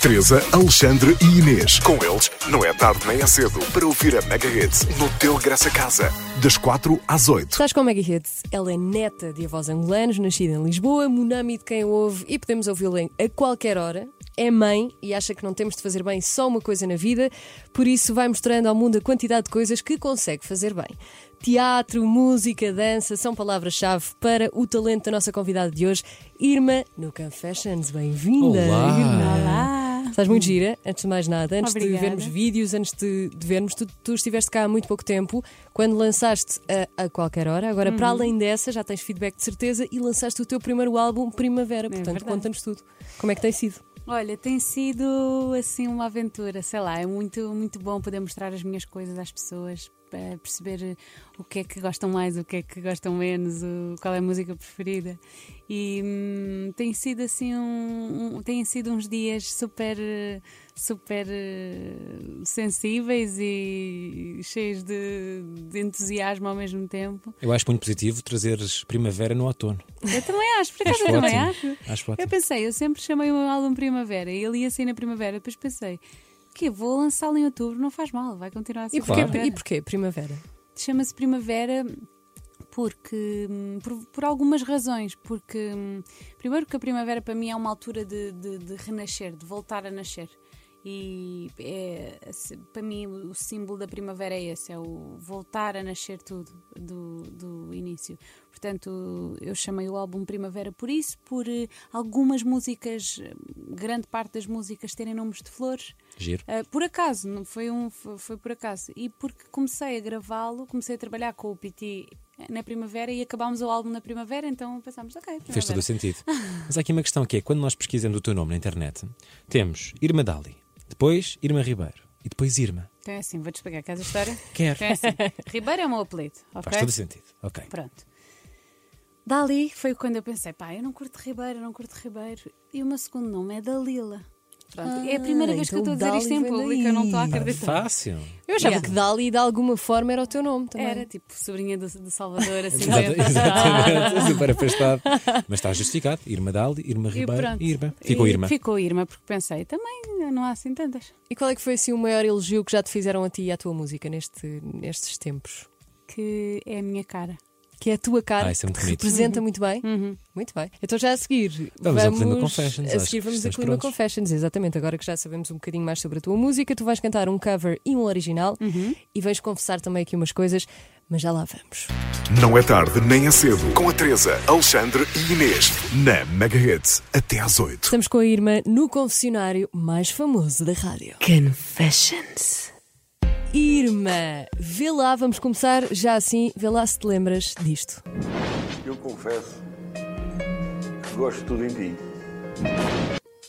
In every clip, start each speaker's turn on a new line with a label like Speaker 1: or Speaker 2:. Speaker 1: Teresa, Alexandre e Inês. Com eles, não é tarde nem é cedo para ouvir a Mega Hits no teu Graça Casa, das 4 às 8.
Speaker 2: Estás com a Maggie Hits. Ela é neta de avós angolanos, nascida em Lisboa, monami de quem a ouve e podemos ouvi-la em- a qualquer hora. É mãe e acha que não temos de fazer bem só uma coisa na vida, por isso vai mostrando ao mundo a quantidade de coisas que consegue fazer bem. Teatro, música, dança são palavras-chave para o talento da nossa convidada de hoje, Irma no Confessions. Bem-vinda,
Speaker 3: Olá.
Speaker 2: Irma.
Speaker 4: Olá!
Speaker 2: Estás muito gira, antes de mais nada, antes de
Speaker 4: Obrigada.
Speaker 2: vermos vídeos, antes de, de vermos, tu, tu estiveste cá há muito pouco tempo, quando lançaste a, a qualquer hora, agora para além dessa já tens feedback de certeza e lançaste o teu primeiro álbum Primavera, portanto
Speaker 4: verdade.
Speaker 2: conta-nos tudo. Como é que tem sido?
Speaker 4: Olha, tem sido assim uma aventura, sei lá, é muito, muito bom poder mostrar as minhas coisas às pessoas, para perceber o que é que gostam mais, o que é que gostam menos, o- qual é a música preferida. E hum, tem sido assim um, um- têm sido uns dias super, eh, super eh, sensíveis e cheios de, de entusiasmo ao mesmo tempo.
Speaker 3: Eu acho muito positivo trazeres primavera no outono.
Speaker 4: Eu também acho, por acaso
Speaker 3: Acho
Speaker 4: eu também
Speaker 3: ótimo.
Speaker 4: acho.
Speaker 3: Acho
Speaker 4: Eu
Speaker 3: ótimo.
Speaker 4: pensei, eu sempre chamei o meu álbum Primavera e ele ia sair na Primavera, depois pensei, que vou lançá-lo em outubro, não faz mal, vai continuar a ser
Speaker 2: E porquê,
Speaker 4: Primavera."
Speaker 2: e porquê Primavera?
Speaker 4: Chama-se Primavera porque hum, por, por algumas razões, porque hum, primeiro que a primavera para mim é uma altura de, de- de renascer, de voltar a nascer. E é, se- para mim o símbolo da primavera é esse, é o voltar a nascer tudo do, do início. Portanto, eu chamei o álbum Primavera por isso, por eh, algumas músicas, eh, grande parte das músicas terem nomes de flores.
Speaker 3: Giro.
Speaker 4: Uh, por acaso, não foi, um, foi, foi por acaso. E porque comecei a gravá-lo, comecei a trabalhar com o Piti na primavera e acabámos o álbum na primavera, então pensámos, ok, primavera.
Speaker 3: Fez todo o sentido. Mas há aqui uma questão que é, quando nós pesquisamos o teu nome na internet, temos Irma Dali, depois Irma Ribeiro e depois Irma.
Speaker 4: Então é assim, vou despegar aqui essa história.
Speaker 3: Quero.
Speaker 4: Então é assim, Ribeiro é o meu apelido, ok?
Speaker 3: Faz todo o sentido. Ok.
Speaker 4: Pronto. Dali foi quando eu pensei, pá, eu não curto Ribeiro, eu não curto Ribeiro. E o meu segundo nome é Dalila. Pronto. é a primeira
Speaker 2: Ah,
Speaker 4: vez que eu
Speaker 2: então
Speaker 4: estou a dizer isto
Speaker 2: Dali
Speaker 4: em
Speaker 2: vem
Speaker 4: público,
Speaker 2: daí.
Speaker 4: eu não estou a
Speaker 3: Pá,
Speaker 4: acreditar.
Speaker 3: fácil.
Speaker 2: Eu achava
Speaker 4: Yeah.
Speaker 2: que Dali de alguma forma era o teu nome também.
Speaker 4: Era tipo sobrinha do- de Salvador, assim.
Speaker 3: Exata-
Speaker 4: dentro.
Speaker 3: exatamente. Super afastado. Mas está justificado. Irma Dali, Irma
Speaker 4: E
Speaker 3: Ribeiro
Speaker 4: pronto.
Speaker 3: e Irma. Ficou
Speaker 4: E
Speaker 3: Irma.
Speaker 4: Ficou Irma, porque pensei, também não há assim tantas.
Speaker 2: E qual é que foi assim o maior elogio que já te fizeram a ti e à tua música neste- nestes tempos?
Speaker 4: Que é a minha cara.
Speaker 2: Que é a tua cara,
Speaker 3: Ah, isso é muito
Speaker 2: que te
Speaker 3: bonito.
Speaker 2: representa muito bem. Muito bem. Então já a seguir
Speaker 3: Vamos ao Clima
Speaker 2: vamos-
Speaker 3: Confessions,
Speaker 2: A
Speaker 3: acho
Speaker 2: seguir
Speaker 3: que
Speaker 2: vamos a
Speaker 3: estamos
Speaker 2: Clima
Speaker 3: prontos.
Speaker 2: Confessions, exatamente. Agora que já sabemos um bocadinho mais sobre a tua música, tu vais cantar um cover e um original e vais confessar também aqui umas coisas, mas já lá vamos.
Speaker 1: Não é tarde nem é cedo com a Teresa, Alexandre e Inês. Na Mega Hits, até às 8.
Speaker 2: Estamos com a Irma no confessionário mais famoso da rádio.
Speaker 5: Confessions.
Speaker 2: Irma, vê lá, vamos começar já assim, vê lá se te lembras disto.
Speaker 6: Eu confesso que gosto de tudo em ti.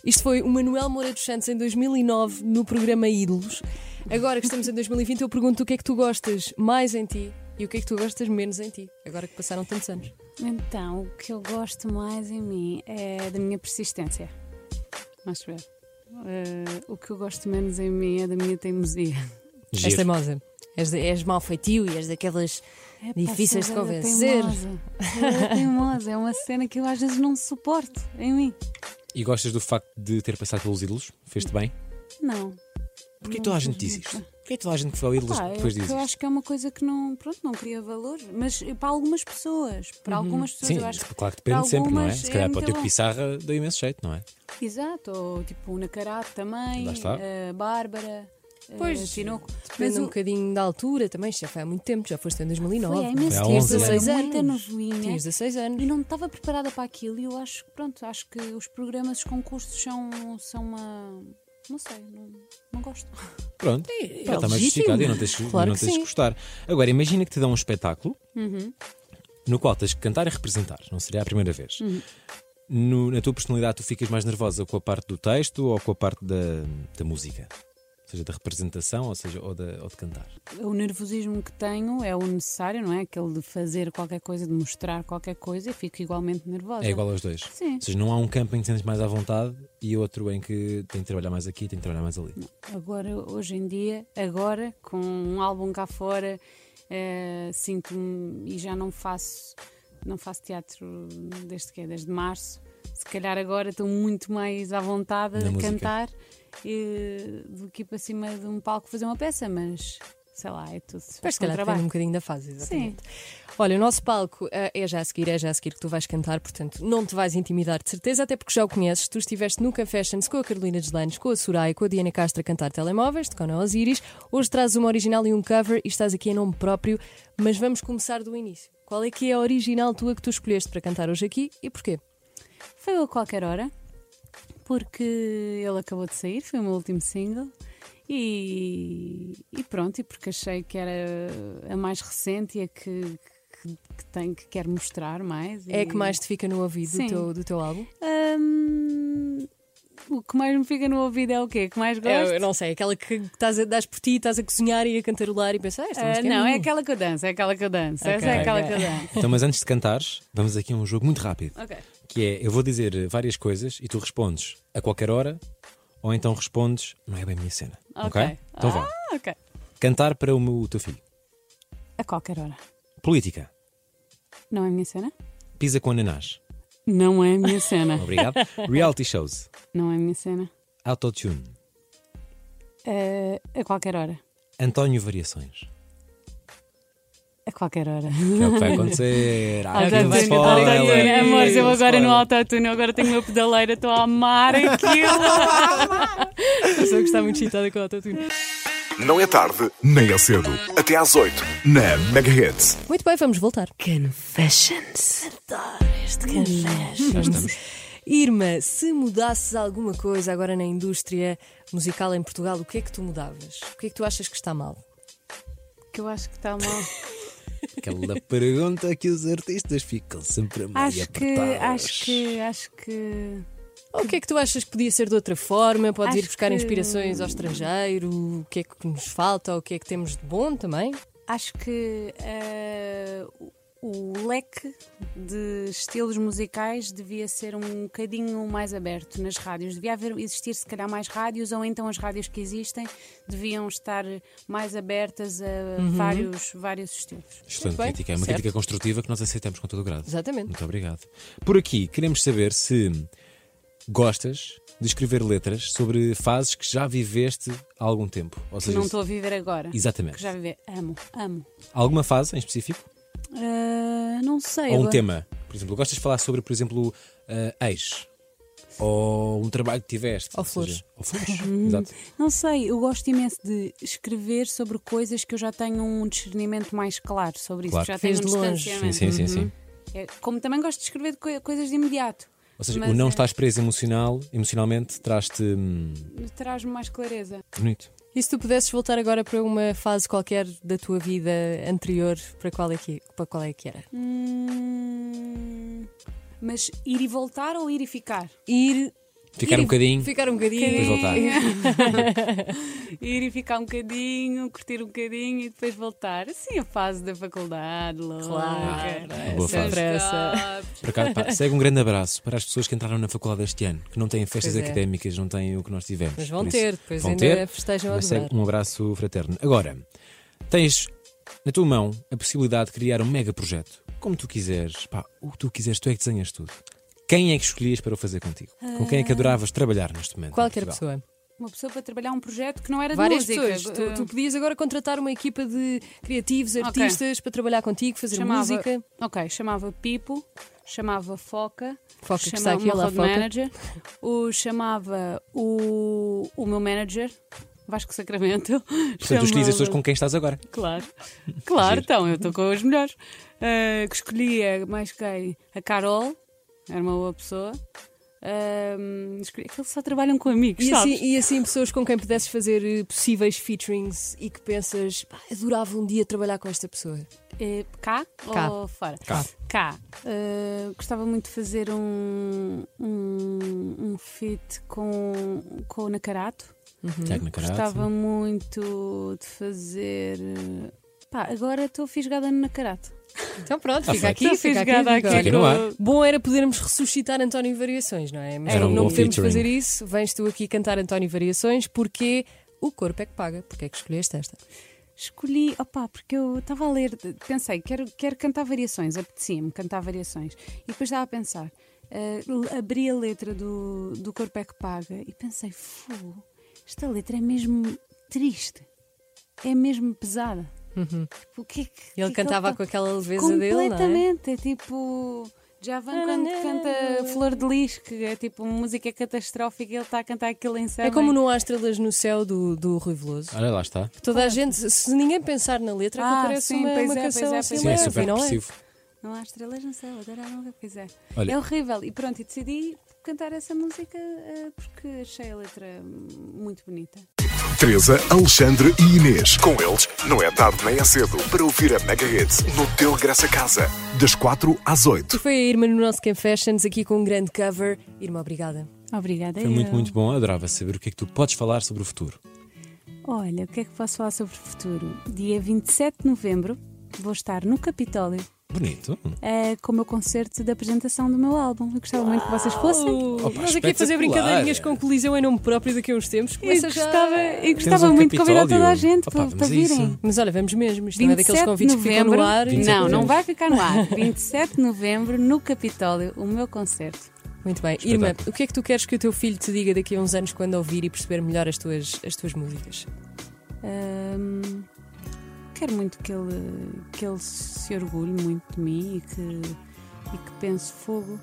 Speaker 2: Isto foi o Manuel Moura dos Santos em 2009 no programa Ídolos. Agora que estamos em 2020, eu pergunto o que é que tu gostas mais em ti e o que é que tu gostas menos em ti, agora que passaram tantos anos.
Speaker 4: Então, o que eu gosto mais em mim é da minha persistência. Acho eu. Eh, o que eu gosto menos em mim é da minha teimosia.
Speaker 2: És
Speaker 3: Giro.
Speaker 2: teimosa. é És, és mal feitio e és daquelas
Speaker 4: É, pá,
Speaker 2: difíceis de
Speaker 4: sou bué da
Speaker 2: convencer.
Speaker 4: Teimosa. Sou bué da teimosa. É uma cena que eu às vezes não suporto em mim.
Speaker 3: E gostas do facto de ter passado pelos ídolos? Fez-te bem?
Speaker 4: Não.
Speaker 3: Porquê toda a gente diz isto? Porquê toda a gente que foi ao ídolos
Speaker 4: Pá, é
Speaker 3: depois diz
Speaker 4: que eu
Speaker 3: isto?
Speaker 4: acho que é uma coisa que não, pronto, não cria valor, mas eh, para algumas pessoas, para algumas pessoas
Speaker 3: Uhum. Sim, tipo,
Speaker 4: eu acho
Speaker 3: claro que
Speaker 4: para
Speaker 3: depende sempre, não é?
Speaker 4: algumas
Speaker 3: Se calhar
Speaker 4: muito
Speaker 3: pode ter que
Speaker 4: bom.
Speaker 3: Pissarra deu imenso jeito, não é?
Speaker 4: Exato, ou tipo na Karate também,
Speaker 3: Lá está.
Speaker 4: eh, Bárbara, eh,
Speaker 2: Pois,
Speaker 4: Tinoco.
Speaker 2: Depende um bocadinho da altura também, isto já foi há muito tempo, já foste em 2009.
Speaker 4: Foi há imenso
Speaker 3: Foi há
Speaker 4: tempo,
Speaker 3: 11
Speaker 4: eu era
Speaker 2: anos.
Speaker 4: muito novinha
Speaker 2: Tinhas 16 anos.
Speaker 4: e não estava preparada para aquilo. E eu acho que, pronto, acho que os programas, os concursos são, são uma. Não sei, não, não gosto.
Speaker 3: Pronto, Pá,
Speaker 2: É,
Speaker 3: está mais
Speaker 2: legítimo.
Speaker 3: justificado e não tens,
Speaker 2: Claro
Speaker 3: não
Speaker 2: que
Speaker 3: tens
Speaker 2: sim. Uhum.
Speaker 3: de gostar. Agora, imagina que te dão um espetáculo no qual tens que cantar e representar, não seria a primeira vez.
Speaker 2: Uhum.
Speaker 3: No- na tua personalidade, tu ficas mais nervosa com a parte do texto ou com a parte da, da música? Ou seja, da representação ou, seja, ou, da- ou de cantar?
Speaker 4: O nervosismo que tenho é o necessário, não é? Aquele de fazer qualquer coisa, de mostrar qualquer coisa, e fico igualmente nervosa.
Speaker 3: É igual aos dois.
Speaker 4: Sim.
Speaker 3: Ou seja, não há um campo em que te sentes mais à vontade e outro em que tem que trabalhar mais aqui, tem que trabalhar mais ali.
Speaker 4: Agora, hoje em dia, agora, com um álbum cá fora, eh, sinto-me e já não faço, não faço teatro desde que é, desde março. Se calhar agora estão muito mais à vontade
Speaker 3: Na
Speaker 4: a
Speaker 3: música.
Speaker 4: cantar eh, do que ir para cima de um palco fazer uma peça, mas sei lá, é tudo.
Speaker 2: Mas se calhar
Speaker 4: um
Speaker 2: depende um
Speaker 4: trabalho.
Speaker 2: bocadinho da fase, exatamente. Olha, o nosso palco eh, é já a seguir, é já a seguir que tu vais cantar, portanto não te vais intimidar de certeza, até porque já o conheces. Tu estiveste no Confessions com a Carolina Deslanes, com a Soraya, com a Diana Castro a cantar telemóveis, de Conan Osiris. Hoje trazes uma original e um cover e estás aqui em nome próprio, mas vamos começar do início. Qual é que é a original tua que tu escolheste para cantar hoje aqui e porquê?
Speaker 4: Foi a qualquer hora, porque ele acabou de sair, foi o meu último single. E, e pronto, e porque achei que era a mais recente e a que, que, que tem, que quero mostrar mais.
Speaker 2: É a
Speaker 4: e-
Speaker 2: que mais te fica no ouvido do
Speaker 4: Sim.
Speaker 2: teu, do teu álbum?
Speaker 4: Hum, o que mais me fica no ouvido é o quê? O que mais gosto?
Speaker 2: Eu, eu não sei, aquela que estás a, dás por ti, estás a cozinhar e a cantarolar e pensar, ah, esta
Speaker 4: Ah,
Speaker 2: música
Speaker 4: não, é
Speaker 2: minha."
Speaker 4: aquela que eu danço, é aquela que eu danço.
Speaker 2: Ok,
Speaker 4: Essa é aquela
Speaker 2: ok.
Speaker 4: que eu danço.
Speaker 3: Então, mas antes de cantares, vamos aqui a um jogo muito rápido.
Speaker 4: Ok.
Speaker 3: Que é, eu vou dizer várias coisas e tu respondes a qualquer hora, ou então respondes, não é bem a minha cena. Ok?
Speaker 4: Ok.
Speaker 3: Então vá.
Speaker 4: Ah, ok.
Speaker 3: Cantar para o, meu, o teu filho.
Speaker 4: A qualquer hora.
Speaker 3: Política.
Speaker 4: Não é a minha cena?
Speaker 3: Pisa com ananás.
Speaker 4: Não é a minha cena.
Speaker 3: Obrigado. Reality shows.
Speaker 4: não é a minha cena.
Speaker 3: Autotune.
Speaker 4: Eh, a qualquer hora.
Speaker 3: António Variações.
Speaker 4: A qualquer hora.
Speaker 3: Que é o que vai acontecer. Há aqui um
Speaker 4: Autotune,
Speaker 3: spoiler.
Speaker 4: autotune. Amor, se eu
Speaker 3: Um
Speaker 4: agora no
Speaker 3: spoiler.
Speaker 4: autotune, eu agora tenho uma pedaleira, estou a amar aquilo.
Speaker 2: A pessoa que está muito excitada com o autotune.
Speaker 1: Não é tarde, nem é cedo. Até às 8, na Megahertz.
Speaker 2: Muito bem, vamos voltar. Hum,
Speaker 5: Confessions.
Speaker 3: Já estamos.
Speaker 2: Irma, se mudasses alguma coisa agora na indústria musical em Portugal, o que é que tu mudavas? O que é que tu achas que está mal?
Speaker 4: que eu acho que está mal.
Speaker 3: Aquela pergunta que os artistas ficam sempre a meio
Speaker 4: Acho que,
Speaker 3: apertados.
Speaker 4: acho que, acho que.
Speaker 2: Ou o que é que tu achas que podia ser de outra forma? Podes ir
Speaker 4: Acho
Speaker 2: buscar
Speaker 4: que-
Speaker 2: inspirações ao estrangeiro? O que é que nos falta? Ou o que é que temos de bom também?
Speaker 4: Acho que eh, o o leque de estilos musicais devia ser um bocadinho mais aberto nas rádios. Devia haver, existir se calhar mais rádios, ou então as rádios que existem deviam estar mais abertas a vários, vários estilos.
Speaker 3: Excelente
Speaker 2: Muito bem,
Speaker 3: crítica. É uma
Speaker 2: certo.
Speaker 3: crítica construtiva que nós aceitamos com todo o grado.
Speaker 2: Exatamente.
Speaker 3: Muito obrigado. Por aqui, queremos saber se gostas de escrever letras sobre fases que já viveste há algum tempo. Ou
Speaker 4: Que
Speaker 3: seja,
Speaker 4: não estou a viver agora.
Speaker 3: Exatamente.
Speaker 4: Que já viver. Amo, amo.
Speaker 3: alguma fase em específico?
Speaker 4: Eh, não sei.
Speaker 3: Ou um
Speaker 4: agora-
Speaker 3: tema? Por exemplo, gostas de falar sobre, por exemplo, ah, ex? Ou um trabalho que tiveste?
Speaker 2: Ou
Speaker 3: seja,
Speaker 2: flores. Uhum.
Speaker 3: Ou flores. Exato.
Speaker 4: Não sei, eu gosto imenso de escrever sobre coisas que eu já tenho um discernimento mais claro sobre isso.
Speaker 3: Claro.
Speaker 4: Já
Speaker 2: Fez
Speaker 4: tenho um
Speaker 2: de longe.
Speaker 3: Sim,
Speaker 4: distanciamento.
Speaker 3: sim, sim,
Speaker 2: Uhum.
Speaker 3: sim.
Speaker 4: É, como também gosto de escrever de coi- coisas de imediato.
Speaker 3: Ou seja,
Speaker 4: Mas,
Speaker 3: o
Speaker 2: é.
Speaker 3: não
Speaker 4: eh,
Speaker 3: estás preso emocional, emocionalmente traz-te hum,
Speaker 4: Traz-me mais clareza.
Speaker 3: bonito.
Speaker 2: E se tu pudesses voltar agora para uma fase qualquer da tua vida anterior, para qual é que, para qual é que era?
Speaker 4: Hum, mas ir e voltar ou ir e ficar?
Speaker 2: Ir.
Speaker 3: Ficar
Speaker 2: ir
Speaker 3: um
Speaker 2: e-
Speaker 3: bocadinho,
Speaker 2: Ficar um bocadinho.
Speaker 3: depois voltar.
Speaker 4: Ir e ficar um bocadinho, curtir um bocadinho e depois voltar. Assim a fase da faculdade, louca.
Speaker 2: Claro,
Speaker 3: uma Ah, boa
Speaker 4: Sem
Speaker 3: fase.
Speaker 2: Pressa.
Speaker 4: jobs.
Speaker 3: Por acaso, pá, segue um grande abraço para as pessoas que entraram na faculdade este ano, que não têm festas
Speaker 2: Pois é.
Speaker 3: académicas, não têm o que nós tivemos.
Speaker 2: Mas vão
Speaker 3: Por isso,
Speaker 2: ter, depois
Speaker 3: vão
Speaker 2: ainda
Speaker 3: ter,
Speaker 2: festejam a
Speaker 3: mas segue
Speaker 2: dobrar.
Speaker 3: Um abraço fraterno. Agora, tens na tua mão a possibilidade de criar um mega projeto, como tu quiseres, pá, o que tu quiseres, tu é que desenhas tudo. Quem é que escolhias para o fazer contigo? Com quem é que adoravas trabalhar neste momento? em
Speaker 2: Ah. Qualquer
Speaker 3: Portugal?
Speaker 2: pessoa.
Speaker 4: Uma pessoa para trabalhar um projeto que não era
Speaker 2: Várias
Speaker 4: de música.
Speaker 2: pessoas. Tu, tu
Speaker 4: Eh,
Speaker 2: podias agora contratar uma equipa de criativos, artistas para trabalhar contigo, fazer
Speaker 4: chamava,
Speaker 2: música.
Speaker 4: Ok, chamava Pipo, chamava Foca,
Speaker 2: Foca que
Speaker 4: chamava
Speaker 2: está aqui,
Speaker 4: uma
Speaker 2: olá,
Speaker 4: road
Speaker 2: Foca.
Speaker 4: manager, o chamava o, o meu manager, Vasco Sacramento.
Speaker 3: Portanto, tu escolhias as pessoas
Speaker 4: chamava-
Speaker 3: com quem estás agora.
Speaker 4: Claro, claro,
Speaker 3: Giro.
Speaker 4: então, eu estou com as melhores. Ah, que escolhia mais quem? A Carol, era uma boa pessoa. Uh, escolhi, aqueles só trabalham com amigos,
Speaker 2: E
Speaker 4: sabes?
Speaker 2: assim, e assim pessoas com quem pudesses fazer eh, possíveis featurings e que pensas, pá, adorava um dia trabalhar com esta pessoa.
Speaker 4: Eh, cá,
Speaker 2: Cá.
Speaker 4: ou fora?
Speaker 3: Cá.
Speaker 4: Cá. Eh, gostava muito de fazer um, um, um fit com, com o Nakarato.
Speaker 2: Uhum.
Speaker 3: Tiago Nacarato.
Speaker 4: Gostava muito de fazer. eh, Pá, agora estou fisgada no Nakarato.
Speaker 2: Então pronto,
Speaker 3: Tá
Speaker 2: fica
Speaker 3: feito.
Speaker 2: aqui, fica aqui. a
Speaker 3: aqui.
Speaker 2: bigode.
Speaker 3: no ar.
Speaker 4: com-
Speaker 2: Bom era podermos ressuscitar António Variações, não é? Mas
Speaker 3: Era
Speaker 2: como
Speaker 3: um
Speaker 2: não
Speaker 3: bom
Speaker 2: podemos
Speaker 3: featuring.
Speaker 2: fazer isso, vens tu aqui cantar António Variações porque o corpo é que paga. Porque é que escolheste esta?
Speaker 4: Escolhi, opá, porque eu estava a ler, de- pensei, quero, quero cantar variações, apetecia-me cantar variações. E depois estava a pensar, eh, abri a letra do, do Corpo é que Paga e pensei: fogo, esta letra é mesmo triste, é mesmo pesada. Tipo, o que é que- o que é
Speaker 2: Uhum. Ele
Speaker 4: que
Speaker 2: cantava
Speaker 4: tá-
Speaker 2: com aquela leveza dele, não é?
Speaker 4: Completamente, é tipo. Já vem quando canta Flor de Lis, que é tipo música catastrófica, ele está a cantar aquele ensaio.
Speaker 2: É como não há estrelas no céu do, do Rui Veloso.
Speaker 3: Olha, lá está.
Speaker 2: Toda a gente, se ninguém pensar na letra,
Speaker 4: Ah,
Speaker 2: que parece
Speaker 4: sim,
Speaker 2: uma,
Speaker 4: pois
Speaker 2: uma
Speaker 4: é,
Speaker 2: canção
Speaker 4: pois é,
Speaker 2: assim
Speaker 4: pois
Speaker 3: Sim, é
Speaker 2: leve,
Speaker 3: super
Speaker 2: não é?
Speaker 3: depressivo.
Speaker 4: Não há estrelas no céu, adorar nunca fizer.
Speaker 3: Olha.
Speaker 4: É horrível. E pronto, e decidi cantar essa música eh, porque achei a letra hum, muito bonita.
Speaker 1: Teresa, Alexandre e Inês. Com eles, não é tarde nem é cedo para ouvir a Mega Hits no teu Graça Casa. Das 4 às 8.
Speaker 2: E foi a Irma no nosso Camp Fashions aqui com um grande cover. Irma, obrigada.
Speaker 4: Obrigada.
Speaker 3: Foi muito, muito bom. Eu adorava saber o que é que tu podes falar sobre o futuro.
Speaker 4: Olha, o que é que posso falar sobre o futuro? Dia 27 de novembro vou estar no Capitólio
Speaker 3: Bonito.
Speaker 4: eh, com o meu concerto de apresentação do meu álbum. Eu gostava muito que vocês fossem.
Speaker 3: Opa,
Speaker 2: Nós aqui a fazer
Speaker 3: Oh, espetacular.
Speaker 2: brincadeirinhas com colisão em nome próprio daqui a uns tempos.
Speaker 4: E
Speaker 2: Começa já.
Speaker 4: gostava, e gostava
Speaker 3: um
Speaker 4: muito de convidar toda a
Speaker 3: Capitólio.
Speaker 4: gente
Speaker 3: Opa,
Speaker 4: para,
Speaker 3: vamos
Speaker 4: para
Speaker 3: a isso.
Speaker 4: virem.
Speaker 2: Mas olha, vamos mesmo. Isto não é daqueles
Speaker 4: 27
Speaker 2: convites
Speaker 4: de
Speaker 2: que ficam no
Speaker 4: novembro.
Speaker 2: ar.
Speaker 3: 27
Speaker 4: Não,
Speaker 3: de
Speaker 4: não
Speaker 3: novembro.
Speaker 4: vai ficar no ar. 27 de novembro, no Capitólio, o meu concerto.
Speaker 2: Muito bem. Irma, o que é que tu queres que o teu filho te diga daqui a uns anos quando ouvir e perceber melhor as tuas, as tuas músicas?
Speaker 4: Hum, quero muito que ele, que ele se orgulhe muito de mim e que, e que pense fogo.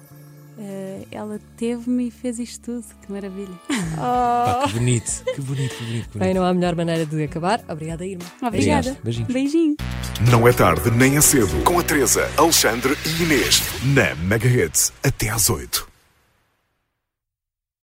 Speaker 4: eh, ela teve-me e fez isto tudo, que maravilha.
Speaker 3: Pá, que bonito. Que bonito, que bonito. Que
Speaker 2: Bem,
Speaker 3: bonito.
Speaker 2: não há melhor maneira de acabar. Obrigada, Irma.
Speaker 4: Obrigada.
Speaker 3: Beijinhos.
Speaker 4: Beijinho.
Speaker 1: Não é tarde nem é cedo. Com a Teresa, Alexandre e Inês. Na Mega Hits. Até às 8.